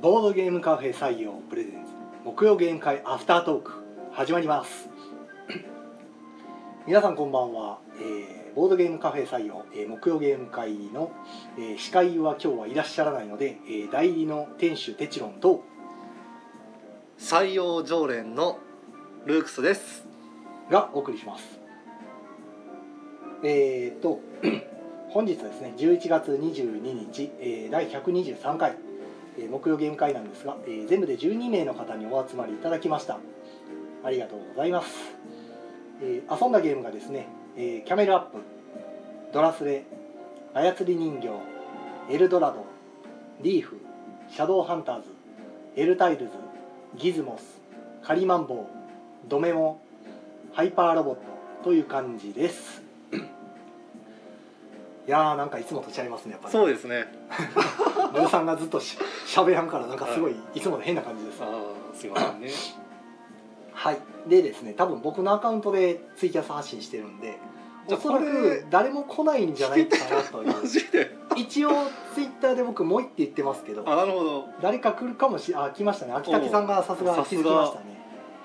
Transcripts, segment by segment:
ボードゲームカフェ採用プレゼンツ木曜ゲーム会アフタートーク始まります 皆さんこんばんは、えーボードゲームカフェ採用、えー木曜ゲーム会の、えー司会は今日はいらっしゃらないので、えー代理の店主テチロンと採用常連のルークスですがお送りしますえー、と 本日はですね11月22日、えー、第123回、えー木曜ゲーム会なんですが、えー全部で12名の方にお集まりいただきましたありがとうございます、えー遊んだゲームがですね、えーキャメルアップドラスレ操り人形エルドラドリーフシャドーハンターズエルタイルズギズモスカリマンボウドメモハイパーロボットという感じです いやーなんかいつもと違いますねやっぱりそうですねブーさんがずっとししゃべらんからなんかすごいいつもの変な感じですああすいませ んねはいでですね多分僕のアカウントでツイキャス発信してるんでじゃおあそらこれく誰も来ないんじゃないかなといマうジで一応ツイッターで僕もういって言ってますけどあなるほど、誰か来るかもしあ来ましたね秋武さんがさすがさ気すづがきましたね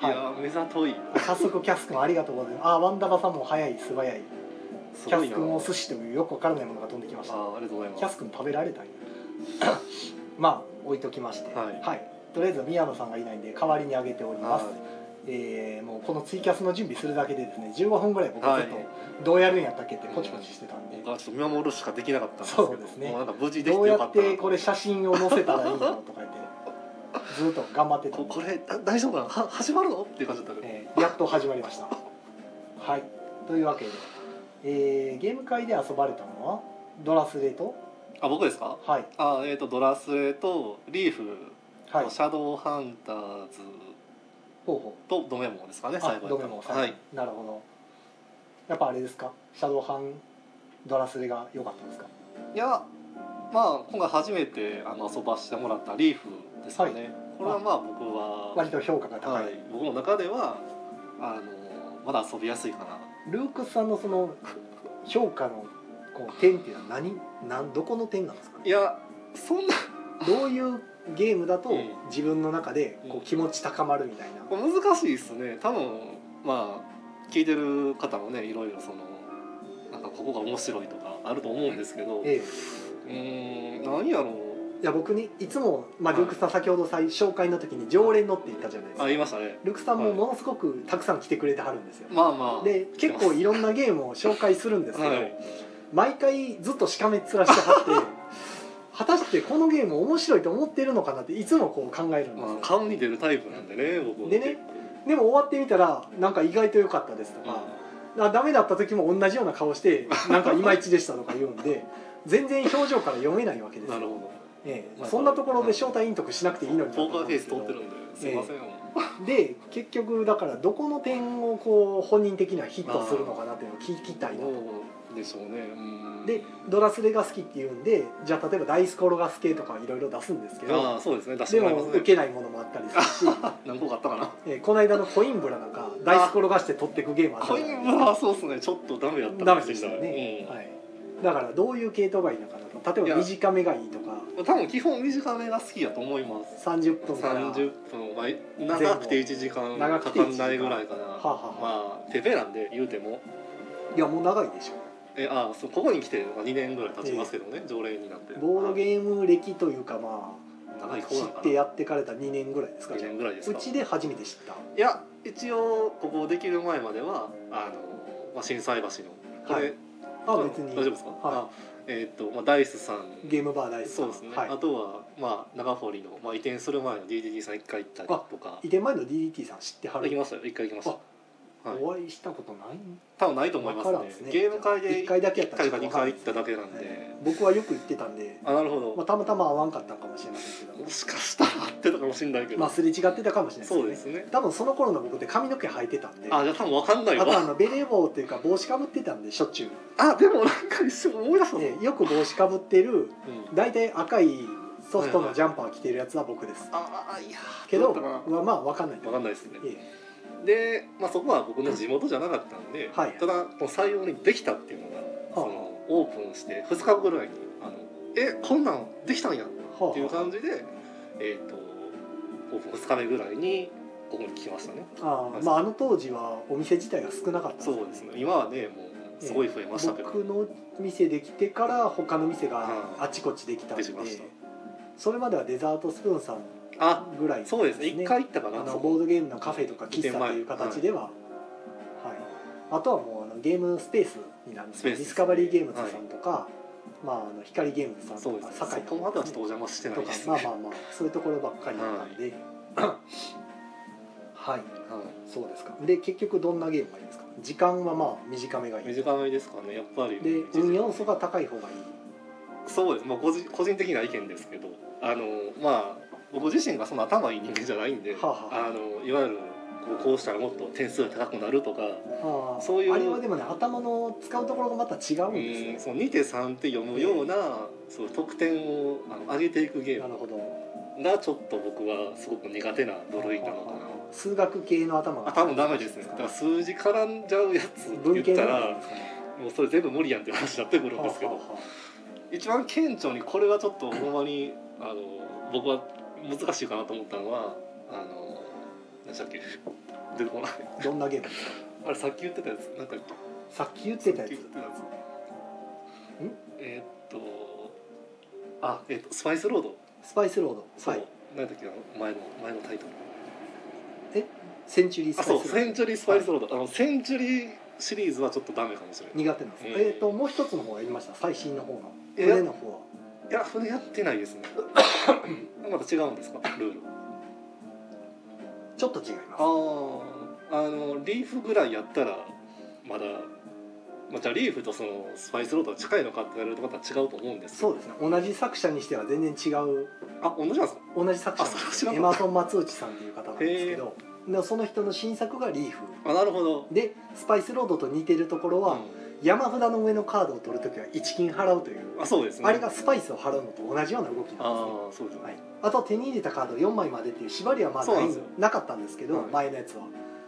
い、はや目ざといい早速キャス君ありがとうございますあワンダバさんも早い素早いすキャごいスな君お寿司というよくわからないものが飛んできましたあありがとうございキャまスす君食べら れたんやまあ置いときましてはいとりあえず宮野さんがいないんで代わりにあげております、はいえーもうこのツイキャスの準備するだけでですね15分ぐらい僕ちょはっいとどうやるんやったっけってポチポチしてたんで、僕はちょっと見守るしかできなかったんですけどそうですねもなんか無事できどてうよやかっったなてこれ写真を載せたらいいのとか言ってずっと頑張ってたこんでこれだ大丈夫なのは始まるのっていう感じだったけど、えーやっと始まりましたはいというわけで、えーゲーム会で遊ばれたのはドラスレとあ僕ですかはいあえっ、とドラスレとリーフはいシャドウハンターズほうほうとドメモですかねあ最後やドったメのモさん、はいなるほどやっぱあれですかシャドウハンドラスレが良かったですかいやまあ今回初めてあの遊ばしてもらったリーフですかね、はこれはまあ僕は、割と評価が高い、はい、僕の中ではあのまだ遊びやすいかなルークスさんのその評価のこう点っていうのは何なんどこの点なんですかねいやそんなどういうゲームだとうん自分の中でこうんう気持ち高まるみたいな、難しいですね多分まあ聞いてる方もねいろいろそのなんかここが面白いとかあると思うんですけど、ええうーん何やろういや僕にいつも、まあ、ルークスさん先ほど最紹介の時に常連のって言ったじゃないですかあ言いましたねルークスさんもものすごくたくさん来てくれてはるんですよ、まあまあで結構いろんなゲームを紹介するんですけど、はい、毎回ずっとしかめっ面して はって果たしてこのゲーム面白いと思ってるのかなっていつもこう考えるんですまあよ、顔に出るタイプなんでね僕でねでも終わってみたらなんか意外と良かったですと結構か、あダメだった時も同じような顔して なんかいまいちでしたとか言うんで全然表情から読めないわけうでんすなるよ、ほどええまあそんなところで正体隠匿しなくていいのにポーカーフェイス通ってんるんでえすいません、で結局だからどこの点をこう本人的にはヒットするのかなっていうのを聞きたいなとどうでしょうねうんでドラスレが好きっていうんでじゃあ例えばダイスコロガス系とかいろいろ出すんですけどああそうですね出してでもらいもます受ねけないものもあったりす るし、何個かあったかなえーこの間のコインブラなんかダイス転がして取っていくゲームあったコじイゃないンはそうですねちょっとダメだったダメでしたよね、うんはい、だからどういう系統がいいのかなと例えば短めがいいとか多分基本短めが好きやと思います30分から30分は長くて1時間長かくてか1時間んないぐらいかなはあはあまあペペなんで言うてもいやもう長いでしょえあそうここに来て2年ぐらい経ちますけどね、常連になってボードゲーム歴というかま長あい知方なのかなってやってかられた2年ぐらいですか2ね年ぐらいですうかちで初めて知ったいや一応ここできる前まではあの、まあ、震災橋のこれ、はいあ別に大丈夫ですか、はいあえーっと、まあ、ダイスさんゲームバーダイスさそうんですね、はいあ、とは、まあ、長堀の、まあ、移転する前の DDT さん一回行ったりとか移転前の DDT さん知っては行きるましたよ一回行きましあたはいお会いしたことない多分ないと思いますわねからんですねゲーム会で一回だけやっ一たら回ちょかっとわかん2ない回で行すっただけなんで、僕はよく行ってたんで、あなるほど、まあ、たまたま合わんかったんかもしれませんけどもしかしたら合ってたかもしれないけど、まあすれ違ってたかもしれないですそようねですね多分その頃の僕って髪の毛生えてたんであじゃあ多分分かんないあとあわのベレー帽っていうか帽子かぶってたんでしょっちゅあでもなんか一瞬思い出したう、ぞ、ね、よく帽子かぶってるうん大体赤いソフトのジャンパー着てるやつは僕ですああいやーけどだったかまあまあ分かんないな分かんないですねええで、まあ、そこは僕の地元じゃなかったんで、はいただこの採用にできたっていうのが、そのオープンして2日後ぐらいにあの「えこんなんできたんや」っはていう感じでえっ、とオープン2日目ぐらいにここに来ましたねああまああの当時はお店自体が少なかったそうですね今はねもうすごい増えましたけど、僕の店できてから他の店がうんあちこちできたんで、できましたそれまではデザートスプーンさんあぐらいそうですね一回行ったかあなのそボーこドゲームのカフェとか喫茶という形では、はいあとはもうあのゲームスペースになるんですけどスペデースィスカバリーゲームズさんとか、まあ、あの光ゲームズさんそうとでかすねそこまではちょっとお邪魔してないとでかすまあねまあまあそういうところばっかりだったんではい、はいそうですかで結局どんなゲームがいいですか時間はまあ短めがいいで短めですかねやっぱり運要素が高い方がいいそうです、まあ、個人個人的な意見ですけどあのまあ僕自身がその頭いい人間じゃないんで、はあはああのいわゆるこうこうしたらもっと点数が高くなるとかああそういうあれはでもね頭の使うところがまた違うんうんですよその2手3手読むような、そう得点をあの上げていくゲねなーるほどムがちょっと僕はすごく苦手な部類なのかな。数学系の頭が頭ダメですねだから数字絡んじゃうやつって文言系ったの頭らですかねもうそれ全部無理やんって話になってくるんですけどはあはあはあ一番顕著にこれはちょっとほんまにあの僕は難しいかなと思ったのはあの何でしたっけ 出てこないどんなゲームですかあれさっき言ってたやつなんか言っさっき言ってたやつ言ってたやつえーっとあえーっとスパイスロードスパイスロードそう、はい何だっけな前の前のタイトルセンチュリースパあイスロそうーセドンチュリースパイスロード、あのセンチュリーシリーズはちょっとダメかもしれない苦手なんですええーっ、ともう一つの方やりました最新の方のえ船の方はいや船やってない ですねまた違うんですかルールちょっと違いあまーあのリーフぐらいやったらまだ、まあ、じゃあリーフとそのスパイスロードが近いのかって言われるとまた違うと思うんですすけどそうですね同じ作者にしては全然違うあ同じなんですか同じ作者あそう知らのなエかマっソン・松内さんという方なんですけどでその人の新作が「リーフあなるほど」、でスパイスロードと似てるところは、山札の上のカードを取るときは一金払うという、うんあそうですねあれがスパイスを払うのと同じような動きなんですねあーそうですね、はい、あと手に入れたカード4枚までっていう縛りはまあそうなないんなですよかったんですけど、はい前のやつは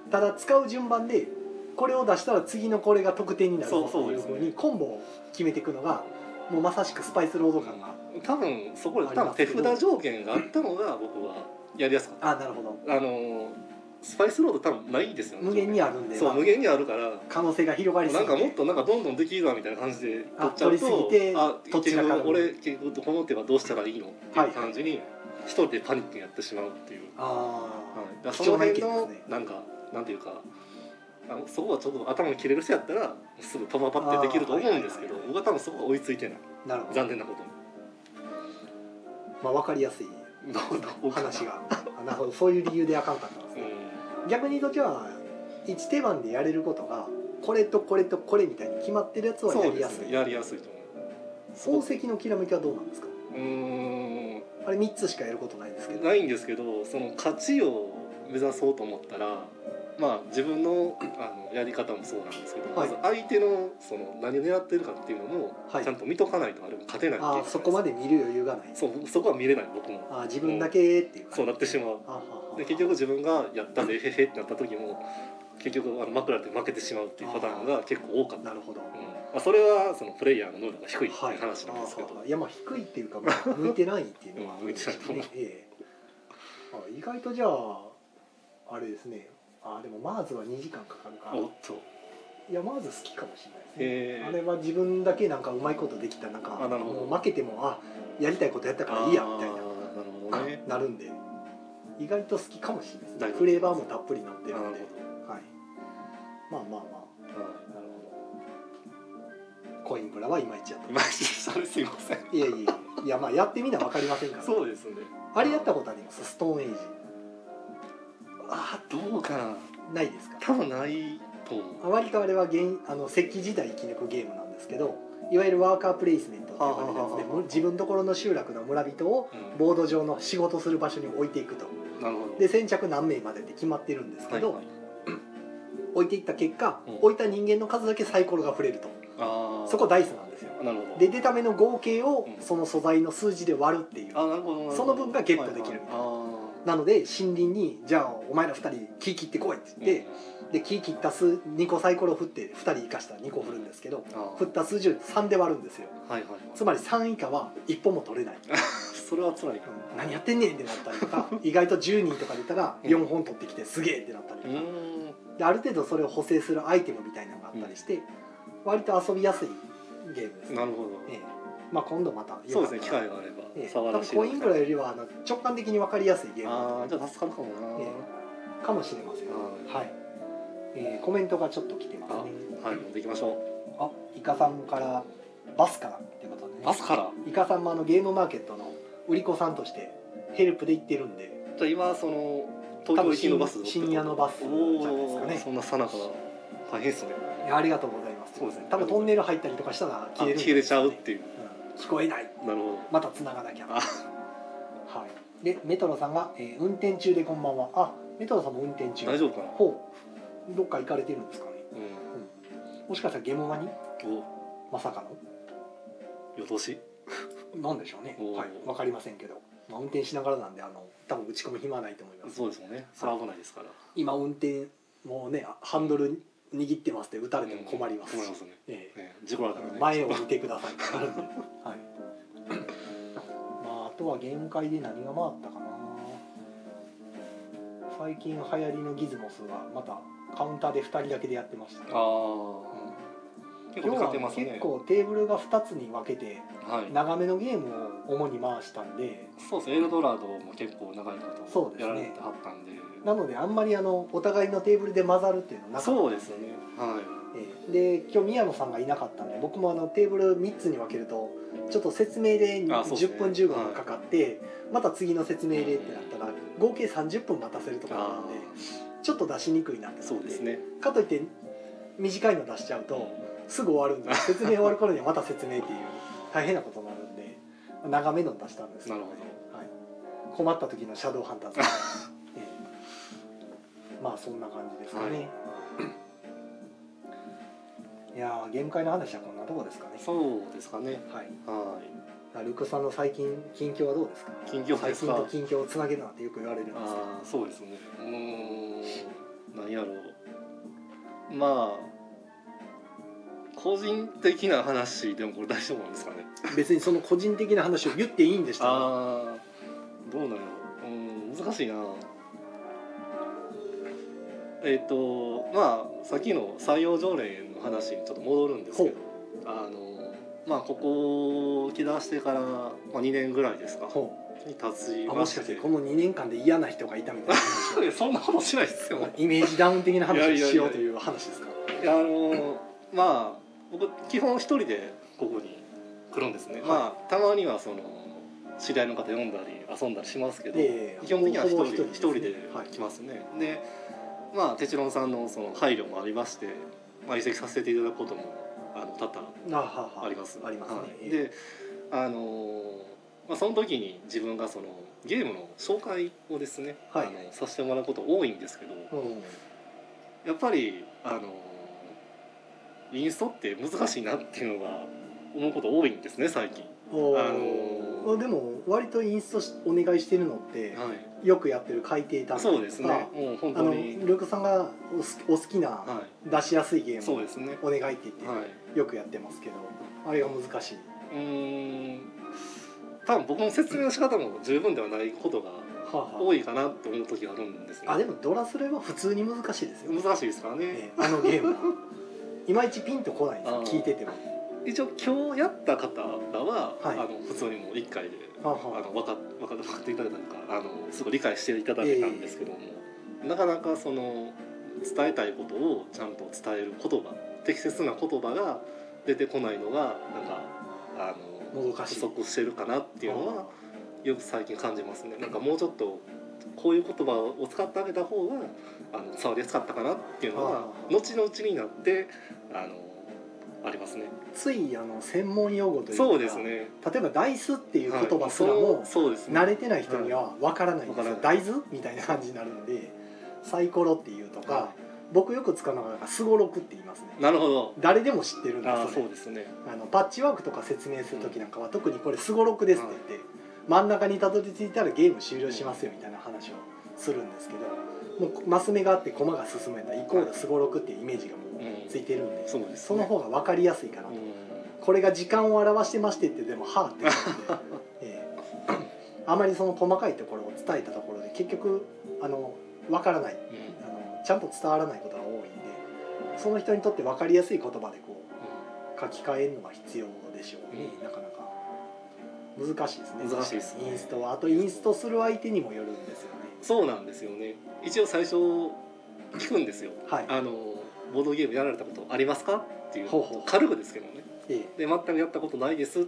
ただ使う順番でこれを出したら次のこれが得点になるそうとそういでうすねふうにコンボを決めていくのがもうまさしくスパイスロード感が、多分そこで多分手札条件があったのが僕はやりやすかっあなるほどたあのスパイスロード多分ないんですよね無限にあるんで、そうまあ無限にあるから可能性が広がりすなぎんてかもっとなんかどんどんできるわみたいな感じであ取っちゃうと取りすぎてあどっち結らか局俺結局この手はどうしたらいいのってはいいう感じに一人でパニックにやってしまうっていう、あはい、だからそ貴重のな意見辺ですねのなんかなんていうかあのそこはちょっと頭に切れる人やったらすぐパパパってできると思うんですけどあーはいはいはい僕は多分そこが追いついてないあなるほど、残念なことにまあ、分かりやすいど うどうかな話があなるほどそういう理由であかんかったんですうね、ん逆に言うと今日は1手番でやれることがこれとこれとこれみたいに決まってるやつはそやうりでやすすいねやりやすいと思う宝石のきらめきはどうなんですかうーんあれ3つしかやることないんですけどないんですけどその勝ちを目指そうと思ったらまあ自分のあのやり方もそうなんですけど、はいまず相手のその何を狙ってるかっていうのもはいちゃんと見とかないとあれも勝てないっていうあかあそこまで見る余裕がないそうそこは見れない僕もああ自分だけっていうかそうなってしまうあははで結局自分がやったでへへってなった時も結局あの枕で負けてしまうっていうパターンが結構多かった、なるほどうんまあ、それはそのプレイヤーの能力が低いってはいいう話なんですけど、ああいやまあ低いっていうか、まあ、向いてないって いうのはうん向いてないと思うええあ意外とじゃああれですねああでもマーズは2時間かかるかおっといやマーズ好きかもしれないですねえー、あれは自分だけなんかうまいことできたなんかあなるほどもう負けてもあやりたいことやったからいいやあーみたいななるほどねなるんで意外と好きかもしれないですだいねぶフレーバーもたっぷり乗ってなるるんほで、はい、まあまあまど、はいあなるほどコインブラはいまいちやっマジでそれすいませんたいやいやいやいやまあやってみな分かりませんからそうですねあれやったことありますストーンエイジあーどうかなないですか多分ないと思あまりかあれは現あの石器時代生き抜くゲームなんですけどいわゆるワーカープレイスメントって呼ばれるやつはあはであはあ自分ところの集落の村人をう、うんボード上の仕事する場所に置いていくとなるほどで先着何名までって決まってるんですけはいど、はい置いていった結果、うん置いた人間の数だけサイコロが触れるとあーそこダイスなんですよなるほどで出た目の合計をうんその素材の数字で割るっていうあなるほどなるほどその分がゲットできるみたいななので森林に「じゃあお前ら2人木切ってこい」って言って、で木切った数2個サイコロ振って2人生かしたら2個振るんですけどあー振った数字を3で割るんですよはいはいはい つまり3以下は1本も取れないそれは辛いかうん何やってんねんってなったりとか意外と10人とか出たら4本取ってきてすげえってなったりとうかんである程度それを補正するアイテムみたいなのがあったりして、割と遊びやすいゲームですねなるほど、ええまあ今度またよかったそうらですね機会があれば、ええ触多ら分せていコただイきンたブいラよりはあの直感的に分かりやすいゲームだとあ思あいじゃまあ助かるかもな、えすかもしれませんはいはい、えーコメントがちょっと来てますねあはいできましょうあイカさんからバスからってことでねバスからイカさんもあのゲームマーケットの売り子さんとしてヘルプで行ってるんでじゃあ今その東京行きのバス乗ってる多分深夜のバスじゃないですかねおーそんなさなか大変ですねいやありがとうございますそうですね多分トンネル入ったりとかしたらあ消えるんですよ消えねれちゃうっていううん聞こえないなるほどまた繋がなきゃあはいでメトロさんが、えー運転中でこんばんはあメトロさんも運転中大丈夫かなほうどっか行かれてるんですかねうもしかしたらゲモマにんまさかのお夜通しなんでしょうねおーはい分かりませんけど、まあ、運転しながらなんであの多分打ち込む暇はないと思いますそうですもんねそれは危ないですから今運転もうねあハンドル握ってますって打たれても困りますし、困りますねええね事故だからね前を見てくださいってなるんで はいまああとは限界で何が回ったかな最近流行りのギズモスはまたカウンターで2人だけでやってましたああ結構見かけます要は結ね構テーブルが2つに分けてはい長めのゲームを主に回したんでそうですねエルドラドも結構長いこそうでとすやねられてはったんでなのであんまりあのお互いのテーブルで混ざるっていうのはなかったそうですねはえーで今日宮野さんがいなかったんで僕もあのテーブル3つに分けるとちょっと説明であそうですね10分15分かかって、また次の説明でってなったら合計30分待たせるといかなあんであちょっと出しにくいなってなってそうですねかといって短いの出しちゃうとすぐ終わるん で説明終わる頃にはまた説明っていう大変なことになるんで長めの出したんですけなどるねほどはい、困った時のシャドウハンターズ、 ええまあそんな感じですかね、い、やー限界の話はこんなとこですかねそうですかね。はいはい。あルクさんの最近近況はどうですか近況最です近かと。近況をつなげるなんてよく言われるんですああ、そうですね。うーん。なんやろう。まあ。個人的な話でもこれ大丈夫なんですかね。けど別にその個人的な話を言っていいんでしたらああ。どうなんやろう。うーん、難しいな。えっ、と、まあ、さっきの採用条例の話にちょっと戻るんですけど。あの。まあ、ここ来だしてから、まあ、2年ぐらいですかほに立うちあまもししかしててこの2年間で嫌な人がいたみたいな話をそんなことしないですよ。 イメージダウン的な話をいやいやいやしようという話ですかいやあのーまあ僕基本一人でここに来るんですはね。いまあたまにはその知り合いの方読んだり遊んだりしますけど、ええ基本的には一ほぼ人一人でですね一人で来ますね。でまあ哲郎さんのその配慮もありまして、まあ移籍させていただくこともあの多々あははあります。ありますね、はい、えで、あのーまあその時に自分がそのゲームの紹介をですね、はいあのさせてもらうこと多いんですけど、えうんやっぱりあのインストって難しいなっていうのが思うこと多いんですね最近。おあのーでも割とインストしお願いしてるのってはい、よくやってる海底探偵とかそうですね。もう本あ当のにルクさんがおすお好きなは出しやすいゲい、ーそうムですね。お願いって言っはてい。よくやってますけどあれが難しいうーん。多分僕の説明の仕方も十分ではないことがはあ多はいかなって思う時があるんですね。あでもドラスレは普通に難しいですよ、難しいですからね。ええあのゲームはいまいちピンとこないんですよあー聞いてても一応今日やった方らは、はいあの普通にもう一回ではああはの分か分か分かっていただいたのかあのすごい理解していただけたんですけども、なかなかその伝えたいことをちゃんと伝える言葉適切な言葉が出てこないのがなんかああのもどか不しい足してるかなっていうのはよく最近感じますね。なんかもうちょっとこういう言葉を使ってあげた方があの伝わりやすかったかなっていうのあはあ後々になってあのありますね。ついあの専門用語というかそうですね。例えば「ダイス」っていう言は葉いすらも、そうそうですね。慣れてない人には分からないんですよ、わからな大豆みたいな感じになるんでサイコロっていうとか、は僕よく使うのがスゴロクって言いますねいなるほど。誰でも知ってるんですあよあそうですね。あのパッチワークとか説明する時なんかは、特にこれスゴロクですって言って、真ん中にたどり着いたらゲーム終了しますよみたいな話をするんですけどもうマス目があって駒が進めたイコールスゴロクっていうイメージがもうついてるんで、そうです、ね。その方が分かりやすいかなとうん。これが時間を表してましてってでも「はあ」ってなるんで、ええあまりその細かいところを伝えたところで結局あの分からないうんあのちゃんと伝わらないことが多いんでその人にとって分かりやすい言葉でこう書き換えるのが必要でしょうね、うんなかなか難しいですね難しいですねインストはあとインストする相手にもよるんですよねそうなんですよね一応最初聞くんですよはいあのボードゲームやられたことありますかっていうほうほう軽くですけどねえで全くやったことないですっ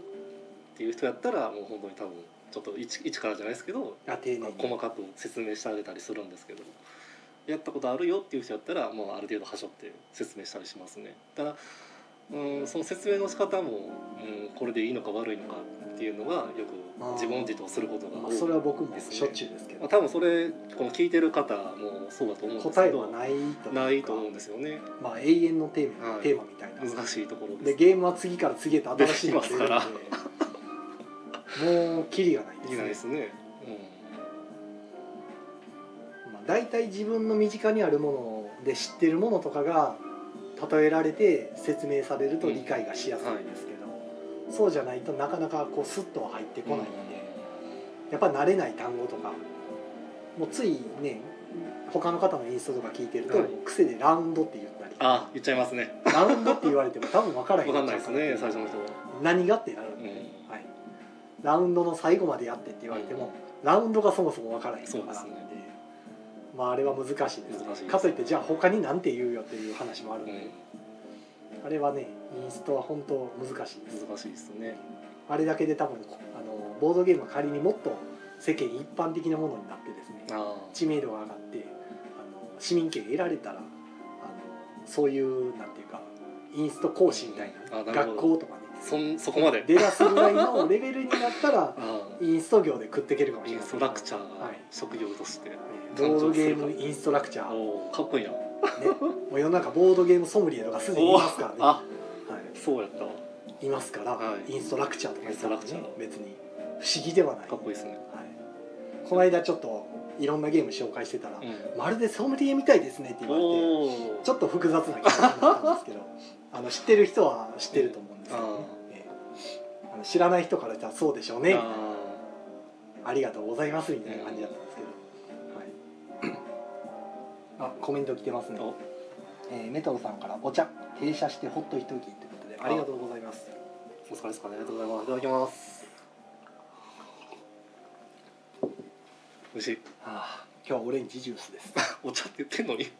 ていう人やったらもう本当に多分ちょっと一一からじゃないですけどえあ丁寧に細かく説明してあげたりするんですけどやったことあるよっていう人やったらもうある程度端折って説明したりしますねただうんその説明の仕方も、うん、これでいいのか悪いのかっていうのがよあーく自問自答することがま多あ、いそれは僕もですねしょっちゅうですけどまあ、多分それこの聞いてる方もそうだと思うんですけど答えはないというかないと思うんですよねまあ、永遠のテーマ,、はいテーマみたいな難しいところでですゲームは次から次へと新しいのが出るんでできまもうキリがないですいきないですね、うんまあ、大体自分の身近にあるもので知ってるものとかが例えられて説明されると理解がしやすいんですけど、そうじゃないとなかなかこうスッとは入ってこないんで、やっぱ慣れない単語とかもうついね他の方のインストとか聞いてると、はい癖でラウンドって言ったりあ言っちゃいますねラウンドって言われても多分分からへん分かんないですね最初の人は、何がってなるんで、うはんい、ラウンドの最後までやってって言われても、ラウンドがそもそもわからへんからなんそうでですねまああれは難しいですね難しいですかといってじゃあ他に何て言うよという話もあるんうで、ん、あれはねインストは本当難しいです難しいですねあれだけで多分あのボードゲームは仮にもっと世間一般的なものになってですねあ知名度が上がってあの市民権得られたらあのそういうなんていうかインスト講師みたいあななる学ほ校とかねあそんそこまで出だすぐらいのレベルになったらああインスト業で食っていけるかもしイれンないストラクチャーはがい職業として、ボードゲームインストラクチャー、ね、おおかっこいいなもう世の中ボードゲームソムリエとかすでにいおますからね、ーはあそうやったわい、いますから、はいインストラクチャーとか言ったらねインストラクチャー別に不思議ではない、かはっこいいですね、い、この間ちょっといろんなゲーム紹介してたら、うまるでソムリエみたいですねってん、言われておおちょっと複雑な気持ちになったんですけ どあの知ってる人は知ってると思うんですけど、ねええあの知らない人からしたらそうでしょうねあありがとうございますみたいな感じだったんですけど、はい、あコメント来てますねお、えーメトロさんからお茶停車してほっと一息ということであありがとうございますお疲れですかねありがとうございますいただきます美味しいあー今日はオレンジジュースですお茶って言ってんのに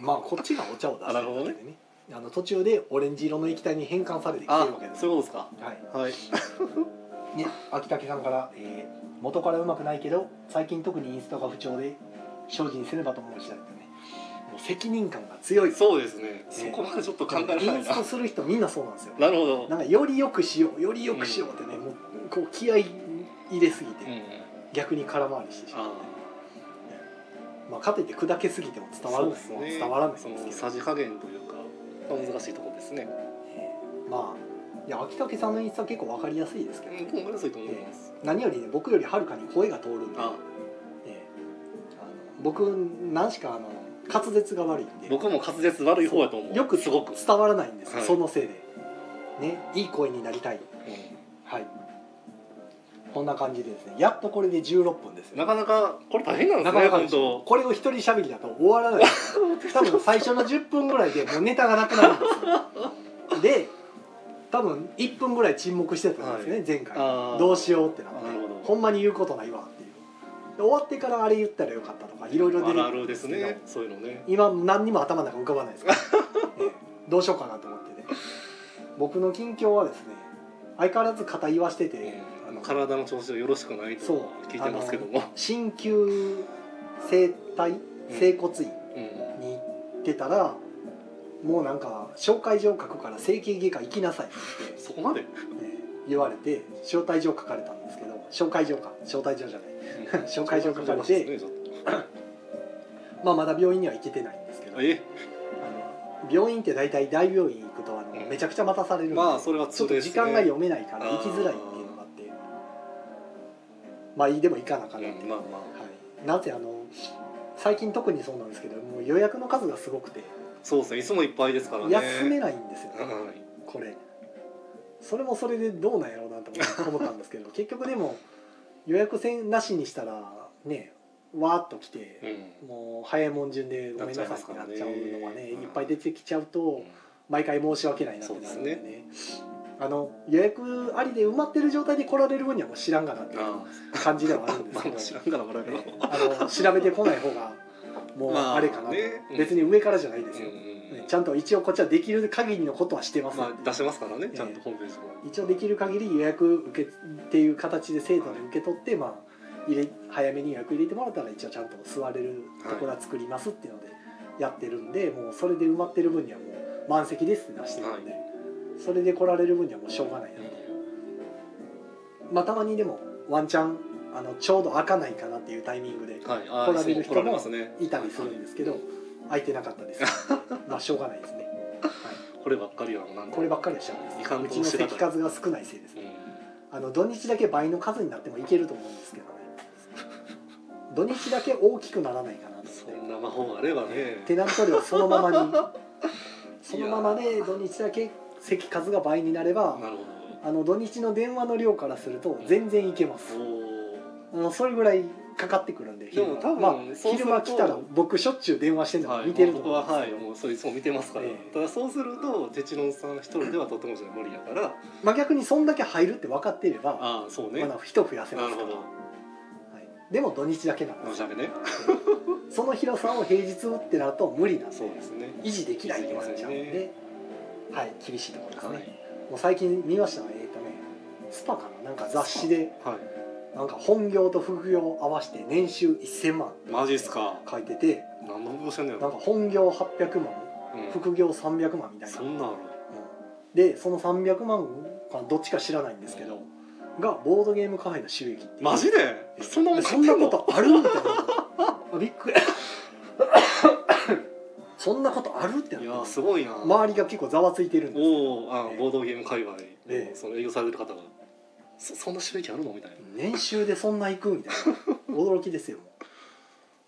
まあこっちがお茶を出してるだけでねあの途中でオレンジ色の液体に変換されてきてるあわけですそういうことですかはいはいね、秋武さんから、えー元からうまくないけど最近特にインストが不調で精進せねばと思う次第だよねもう責任感が強いそうですねそこまでちょっと考えられなイいンなストする人みんなそうなんですよなるほどなんかよりよくしようよりよくしようってね、もうこう気合い入れすぎて、うん逆に空回りしてしまうあまあ、かといって砕けすぎてもあ伝わらないそうもですね伝わらないんですそけどのさじ加減というかまあ難しいところですねええまあいや秋武さんのインスタは結構わかりやすいですけど、うん考えやすいと思います何よりね僕よりはるかに声が通るんで、あええあの僕何しかあの滑舌が悪いんで僕も滑舌悪い方やと思うよくすごく、伝わらないんですよ、はいそのせいでねいい声になりたいはいこんな感じでですねやっとこれで16分ですよなかなかこれ大変なんですねで本すよ当これを一人喋りだと終わ らない多分最初の10分ぐらいでもうネタがなくなるんですよで多分1分ぐらい沈黙してたんですね、前回ああどうしようってなってなるほどほんまに言うことないわっていうで終わってからあれ言ったらよかったとかいろいろ出あるあるんるでですすけどねそういうのね今何にも頭の中浮かばないです から、ええどうしようかなと思ってね僕の近況はですね相変わらず肩言わしてて、あの体の調子がよろしくないそうと聞いてますけども鍼灸整体整骨院うんに行ってたら、もうなんか紹介状書くから整形外科行きなさいってそこまで言って、ええ言われて招待状書かれたんですけど紹介状か招待状じゃない紹介状書かれてですねちょっまあまだ病院には行けてないんですけどとえあの病院って大体大病院行くとあの、うんめちゃくちゃ待たされるんでまあそれはちょ通っとです時ね間が読めないからあー行きづらいっていうのがあってまあいいでも行かなあかんなって、うんまあまはあい、なぜあの最近特にそうなんですけどもう予約の数がすごくてそうですねいつもいっぱいですからね休めないんですよ、ね、はいこ れそれもそれでどうなんやろうなと思って思ったんですけど結局でも予約せんなしにしたらねわーっと来て、うんもう早いもん順でごめんなさいってななっっちちゃゃういますからねのはね、うんいっぱい出てきちゃうと毎回申し訳ないなってなるんでねそうあの予約ありで埋まってる状態で来られる分にはもう知らんがなっていうあ感じではあるんーです まけどあ知らんから笑うけどねあの調べてこない方がもうまああれかなと、ねうん別に上からじゃないですよ、うんうんねちゃんと一応こっちはできる限りのことはしてますまよ、あ出せますからねちゃんとホームページも一応できる限り予約受けっていう形で生徒に受け取って、まあ、入れ早めに予約入れてもらったら一応ちゃんと座れるところは作りますっていうのでやってるんで、もうそれで埋まってる分にはもう満席ですって出してるんで、はそれで来られる分にはもうしょうがないなっていう。まあ、たまにでもワンチャンあのちょうど開かないかなっていうタイミングではいあ来ーられるそう人も来られますねいたりするんですけど開いてなかった ですまあしょうがないですね、はこればっかりはもうなんい、かこればっかりはしちゃうんですいかんうとちものし席がたい数が少ないせいですうんあの土日だけ倍の数になってもいけると思うんですけどね土日だけ大きくならないかなとそ思っんな魔法あればてねテナント料そのままにそのままで土日だけ席数が倍になればなるほあの土日の電話の量からすると全然いけますどおーあのそれぐらいかかってくるんでで昼も間多分まあそうすると昼間来たら僕しょっちゅう電話してるのはい、見てるまとあ僕思うんですははいけどもうそれいつも見てますから、ええただそうするとテチロンさん一人ではとてもじゃ無理やからまあ逆にそんだけ入るって分かっていればああそうね、まだ人増やせまなするかほら、はどい、でも土日だけなんで申すしよ訳ねその広さを平日ってなると無理なんでそうですね維持できないってなっちゃうん維持でで、はい、厳しいところですね、はいもう最近見ましたねえっ、とねスパかななんか雑誌ではいなんか本業と副業合わせて年収1000万マジっすか書いてて何のことしてんだなんよか本業800万うん副業300万みたいな、そんなんあうんでその300万かどっちか知らないんですけど、がボードゲームカフェの収益るマジでそんなもんそ買んってなんのことあるみ たいなあびっくり そんなことあるっていやなっーてすごいな、周りが結構ざわついてるんですおおあええーボードゲーム界隈、ええその営業されてる方がそそんな収益あるのみたい年収でそんないくみたい な驚きですよもう、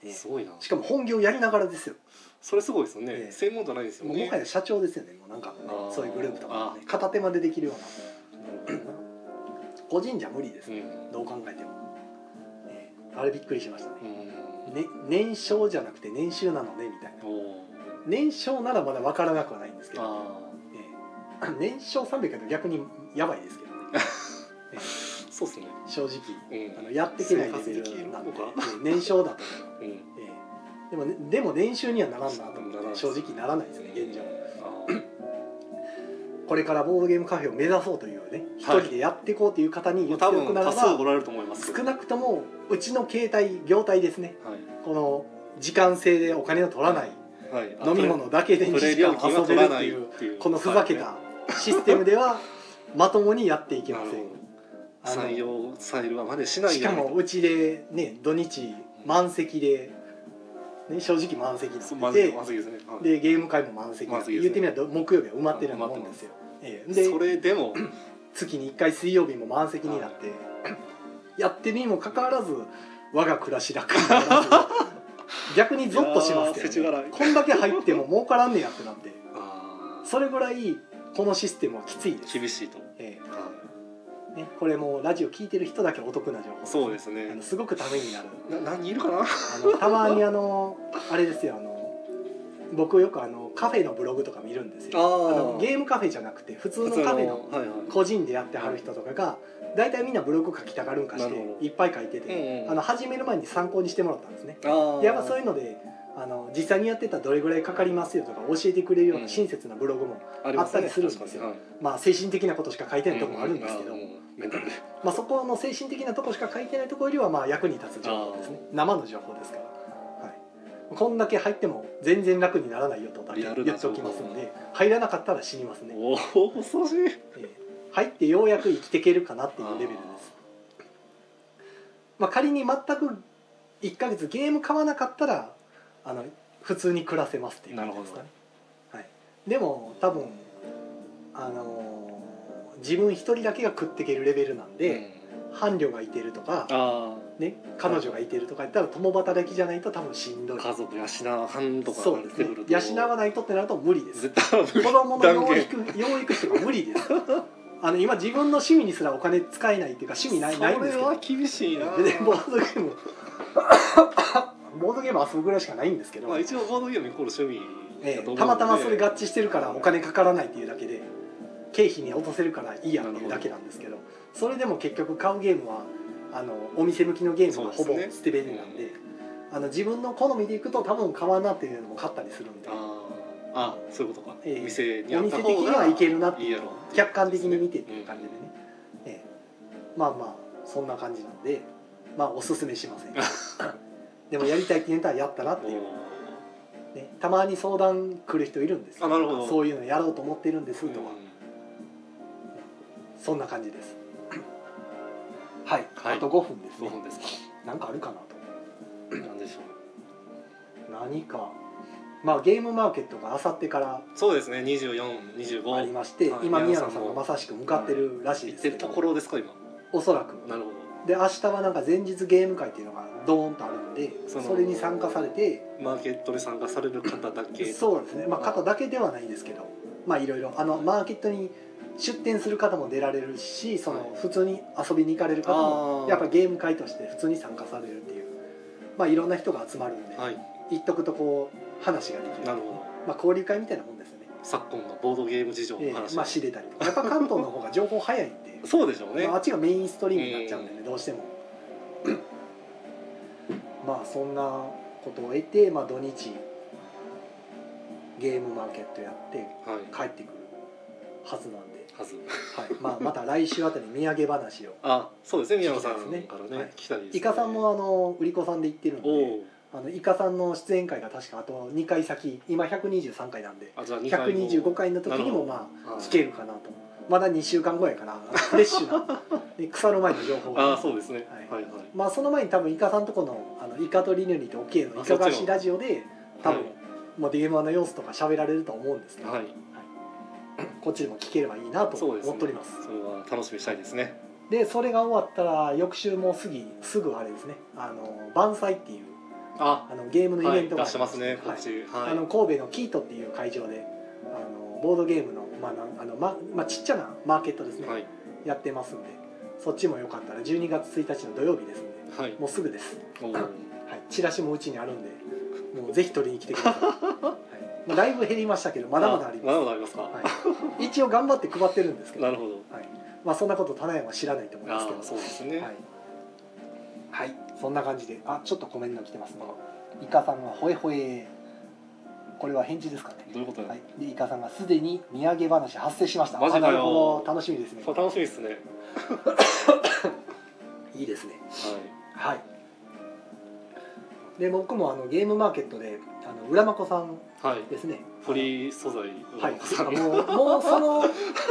えなえすごいなしかも本業やりながらですよそれすごいですよね、ええ専門じゃないですよもうねもはや社長ですよねもうなんかあーそういうグループとか、あね、片手までできるようーな個人じゃ無理ですうね、んどう考えても、ええあれびっくりしましたねうんね、年商じゃなくて年収なのねみたいなおお年商ならまだ分からなくはないんですけど、あえあえ 年商300だと逆にやばいですけどねええそうですね。正直うんあのやっていけないレベルなんで生活できるのかええ年商だと、うん。ええでもねでも年収にはならんなと思ならっんて正直ならないですね現状あこれからボードゲームカフェを目指そうというね一はい人でやっていこうという方にー。言もうって多おく分なら多ば数おられると思います。少なくともうちの携帯業態ですねはこの時間制でお金を取らないい。はい。飲み物だけで2プレ時イ料間金遊はべ取るっらてないいうっていう。このふざけたシステムではまともにやっていけませんあ採の用採用はまでしないしよかうにもうちでね土日満席で、ね、正直満席そうなまんずでいまずいですね。はいでゲーム会も満席なんで満席です言ねってみれば木曜日は埋まってるようなもんですよ、ええでそれでも月に1回水曜日も満席になって、やってるにもかかわらず我が暮らし楽にならず逆にゾッとしますけど、いやー世知辛いこんだけ入っても儲からんねやってなってあそれぐらいこのシステムはきついでーす、厳しいと。えはいえね、これもうラジオ聞いてる人だけお得な情報そうですあねの。すごくためになるな何人いるかな。あのたまにあのあれですよあの僕よくあのカフェのブログとか見るんですよあーのゲームカフェじゃなくて普通のカフェの普通はいはい。個人でやってはる人とかが大体みんなブログ書きたがるんかしなるほてどいっぱい書いてて、うんうんあの始める前に参考にしてもらったんですねああ。やっぱそういうのであの実際にやってたらどれぐらいかかりますよとか教えてくれるような親切なブログも、りまあったりするんですよ確かにはいまあ精神的なことしか書いてないとこもあるんですけど、ううあーもうメンタルで。まあ、そこの精神的なとこしか書いてないとこよりはまあ役に立つ情報ですね生の情報ですから、はい、こんだけ入っても全然楽にならないよとだけリアルな言っておきますので入らなかったら死にますね、おお恐ろしい。えー入ってようやく生きていけるかなっていうレベルですまあ、仮に全く1ヶ月ゲーム買わなかったらあの普通に暮らせますっていう感じですかね、はい、でも多分あのー自分一人だけが食っていけるレベルなんで、うん伴侶がいてるとか、あね、彼女がいてるとか言ったら共働きじゃないと多分しんどあい家族養わかんとかそうなでっすてねくると養わないとってなると無理です絶対無子理供の養育養育費とか無理ですあの今自分の趣味にすらお金使えないっていうか趣味ないないんですけそれは厳しいなどででボードゲームボードゲーム遊ぶぐらいしかないんですけど、まあ、一応ボードゲームイコール趣味えだと思えうのでたまたまそれ合致してるからお金かからないっていうだけで経費に落とせるからいいやっていうだけなんですけどそれでも結局買うゲームはあのお店向きのゲームがほそうぼですね捨てベルなんであの自分の好みでいくと多分買わんなっていうのも買ったりするんであーあそういうことか、ええ店におあった店方的がにはいけるなっていいいうやのろを客観的に見てっていうです感じねでね、ええまあまあそんな感じなんでまあおすすめしませ んでもやりたいって言ったらやったらってういんう、ね、たまに相談来る人いるんですよあなるほどそういうのやろうと思ってるんですとか、うそんな感じ ですはい、はいあと5分ですん、5ね分ですかなんかあるかなとなんでしょう何かまあゲームマーケットがあさってからそうですね2425ありまして、はい今宮宮野さん野もさんがまさしく向かってるらしい行でっすてけるどところですか今おそらくなるほで明日はなんか前日ゲーム会っていうのがドーンとあるんでそそのれに参加されてどマーケットに参加される方だけそうなんですねまあ肩だけではないですけどまあいろいろあのマーケットに出店する方も出られるしそのはい普通に遊びに行かれる方あもーやっぱゲーム会として普通に参加されるっていうまあいろんな人が集まるんではい言っとくとこう話ができるなるほどまあ交流会みたいなもんですよね昨今のボードゲーム事情のえ話、えまあ知れたりとかやっぱ関東の方が情報早いんでそうでしょうね、まあ、あっちがメインストリームになっちゃうんでね、どうしても まあそんなことを得て、まあ、土日ゲームマーケットやってはい帰ってくるはずなんで、はずはいまあ、 また来週あたり土産話をあそうですね宮野さんから聞きたいねですねはい聞きたいですねイカさんもあの売り子さんで行ってるんおでおあのイカさんの出演会が確かあと2回先今123回なんであじゃあ2回も125回の時にもなまあはい聞けるかなとまだ2週間後やからフレッシュ なで腐る前の情報あがあそうですねはいはいはいまあ、その前に多分イカさんとこのあのイカとリヌリとオケイのイカガシラジオで多分、もう DM の様子とか喋られると思うんですけど、はいこっちでも聞ければいいなとそうですね思っておりますそれは楽しみにしたいですねで,、それが終わったら翌週もすぐすぐあれですねあの晩祭っていうああのゲームのはイベンいト出があしてりますねこはっいちあはの神戸のキートっていう会場であのボードゲームの,、まあなんあのままあ、ちっちゃなマーケットですいね、はいやってますんでそっちもよかったら12月1日の土曜日ですんではいもうすぐですおおはい、チラシもうちにあるんで、もうぜひ取りに来てく ださい。はいまあ、だいぶ減りましたけど、まだまだありま。ますだまだありますかはい、一応頑張って配ってるんですけど、なはいるほどまあ、そんなこと、棚山は知らないと思いますあけあど。そうですねはい、はい、そんな感じで、あ、ちょっとコメント来てますね。イカさんがほえほえ。これは返事ですかね。どういうことはだい、で、イカさんがすでに土産話発生しました。マジかよあなるほど楽しみですね。そう楽しみですねいいですね。ははい。で、僕もあのゲームマーケットで、あの浦真子さんいはいですね。フリー素材はい、さんもうもうその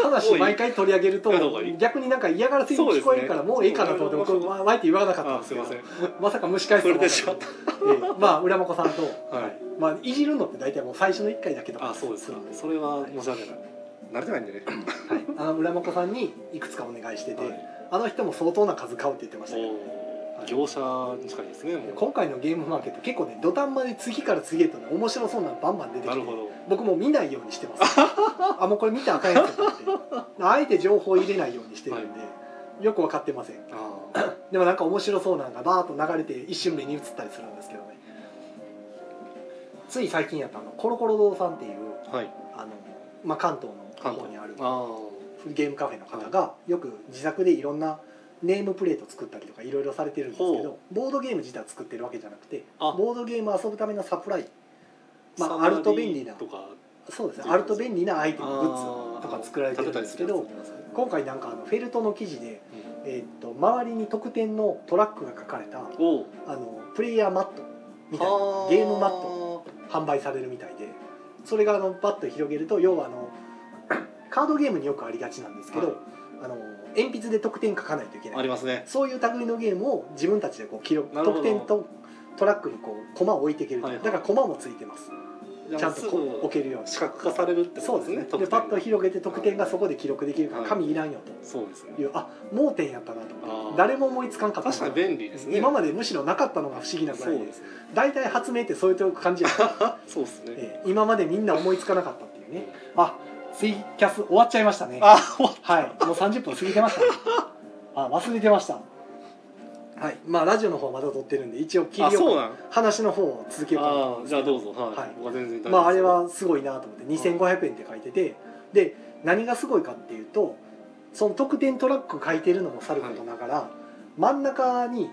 話毎回取り上げると多いやる方がいい逆になんか嫌がらせに聞こえるからそうですねもうええかなと思ってそう僕はあえて言わなかったんあですすけいどませんまさか蒸し返すそとれ思わでなしまかっったたええまあ浦真子さんと、はいはいまあ、いじるのって大体もう最初の1回だけとかあそうですかんでそれは申し訳ない慣れてないんでねはい、あの浦真子さんにいくつかお願いしてて、はいあの人も相当な数買うって言ってましたけどおー業者に近いですねもう今回のゲームマーケット結構ね土壇場で次から次へとね面白そうなのバンバン出てきなてるほど僕もう見ないようにしてます あもうこれ見たらあかんやつやと思ってあえて情報入れないようにしてるんで、よく分かってませんああでもなんか面白そうなのがバーッと流れて一瞬目に映ったりするんですけどねつい最近やったあのコロコロ堂さんっていうはいあの、まあ、関東関の方東にあるああゲームカフェの方がよく自作でいろんなネームプレート作ったりとかいろいろされてるんですけほどボードゲーム自体作ってるわけじゃなくてあボードゲーム遊ぶためのサプライまサあマあリーると便利なとかそうですねあると便利なアイテムグッズとか作られてるんですけあどー立てたりするやつ今回なんかあのフェルトの記事で、えー、と周りに特典のトラックが書かれたあうんおうのプレイヤーマットみたいなはあゲームマット販売されるみたいでそれがあのバッと広げると要はあの カードゲームによくありがちなんですけど、はいあの鉛筆で得点書かないといけあなりいますねそういう類のゲームを自分たちでこう記録なるほど得点とトラックにこう駒を置いていけると、はいはいだから駒もついてますちゃんとこう置けるように視覚化されるってそこうとでですすねねでパッと得点広げて得点がそこで記録できるからはい紙いらんよそうですといねうあ盲点やったなと思っあてー誰も思いつかんかった確かに便利ですね今までむしろなかったのが不思議なぐらそいうでですね大体発明ってそういう感じやん、そうですねええ今までみんな思いつかなかったっていうねあツイキャス終わっちゃいましたねあ終わっはいもう30分過ぎてましたねあ忘れてましたはいまあラジオの方はまだ撮ってるんで一応切ありそうよなんく話の方を続けようかなと思うあんーですじけゃあどうぞはい、はい僕は全然大丈夫ですまああれはすごいなと思って2500円って書いててで何がすごいかっていうとその特典トラック書いてるのもさることながら、真ん中に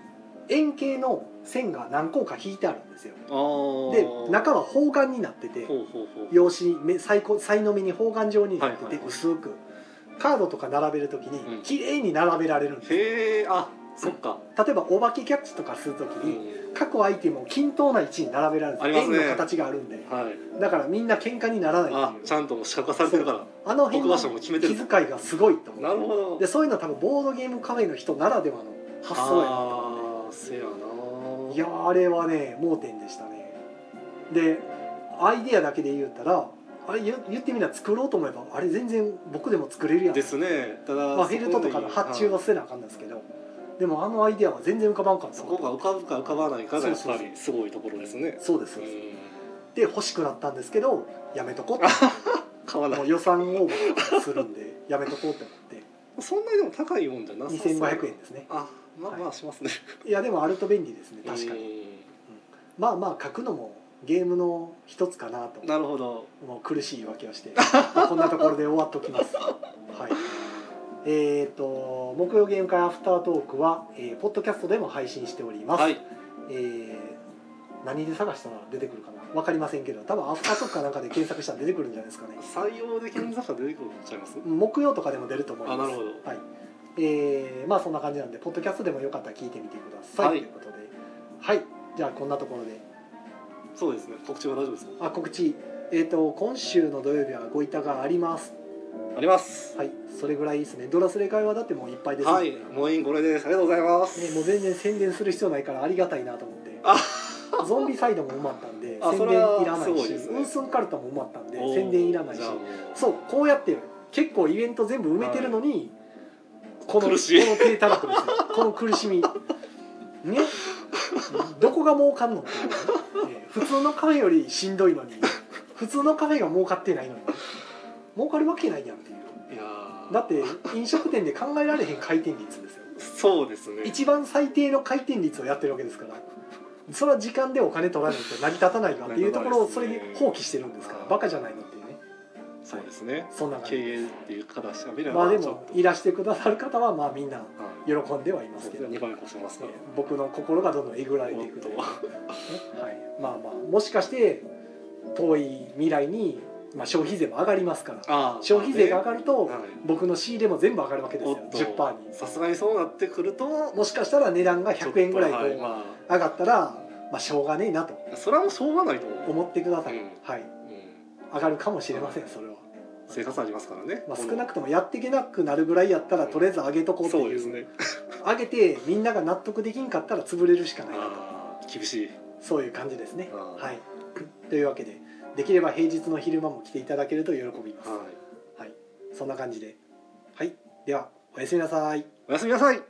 円形の線が何個か引いてあるんですよあーで中は方眼になっててほうほうほう用紙め最高最の目に方眼状になってはいはいてはい薄くカードとか並べるときにうん綺麗に並べられるんですよへえあそっか、例えばお化けキャッチとかするときうんに各アイテムを均等な位置に並べられるんありでますす円ねの形があるんではいだからみんな喧嘩にならないあっていうちゃんともう視覚化されてるからあの辺置くの場所も決めて気る遣いがすごいと思なるほどうでそういうのは多分ボードゲームカフェの人ならではの発想やなと思ってああーせやないいやーあれはね盲点でしたねでアイデアだけで言ったらあれ言言ってみれば作ろうと思えばあれ全然僕でも作れるやんですねただまあ、フェルトとかの発注はそこせなあかんなんですけどでもあのアイデアは全然浮かばんかっにたそこが浮かぶか浮かばないかがやっそうぱそうそりすごいところですねそうですそううですんで欲しくなったんですけどやめとこうって 買わなもうい予算オーバーするんでやめとこうってそんなにでも高いもんじゃな思さっそてう2500円ですねあまあまあし ますねいやでもあると便利ですね確かににまあまあ書くのもゲームの一つかなとなるほどもう苦しい言い訳をしてまあこんなところで終わっとき ますはいえっ、と木曜ゲーム会アフタートークは、えーポッドキャストでも配信しております、はいえー何で探したら出てくるかな分かりませんけど多分アフタートークかなんかで検索したら出てくるんじゃないですかね採用で検索が出てくるんちゃいます木曜とかでも出ると思いますあなるほどはいえーまあそんな感じなんでポッドキャストでもよかったら聞いてみてください、はいということではいじゃあこんなところでそうですね告知は大丈夫ですかあ告知えっ、と今週の土曜日はごいたがありますありますはいそれぐらいですねドラスレ会はだってもういっぱいです、はいね、もういいこれですありがとうございますもう全然宣伝する必要ないからありがたいなと思ってあゾンビサイドも埋まったんであ宣そ伝れはいらなすいごいしですねウンスンカルタも埋まったんでおー宣伝いらないしじゃあもうそうこうやって結構イベント全部埋めてるのに、この苦しいこの低たらくですよこの苦し みねどこが儲かんのっていうね、ね普通のカフェよりしんどいのに普通のカフェが儲かってないのに儲かるわけないやんっていういやーだって飲食店で考えられへん回転率ですよそうですね一番最低の回転率をやってるわけですからそれは時間でお金取らないと成り立たないわっていうところをそれに放棄してるんですからバカじゃないのっていうねそうですねそんな感経じで営っすていう形は見ればまあでちょっもといらしてくださる方はまあみんなはい喜んではいますそうけですどね2倍越しますから僕の心がどんどんえぐられていくという、ねはい、まあまあもしかして遠い未来に、まあ、消費税も上がりますからああ消費税が上るがるとはい僕の仕入れも全部上がるわけですよ10%にさすがにそうなってくるともしかしたら値段が100円ぐらいこちょっとはいうま上がったら、まあ、しょうがねえなとあそれはもうしょうがないと思う、思ってください、うんはい、うん上がるかもしれませんそれは、生活ありますからね、まあ、少なくともやっていけなくなるぐらいやったらとりあえず上げとこうってそういでうすね上げてみんなが納得できんかったら潰れるしかないなとああ厳しいそういう感じですねあーはいというわけでできれば平日の昼間も来ていただけると喜びます、はいそんな感じではいではおやすみなさいおやすみなさい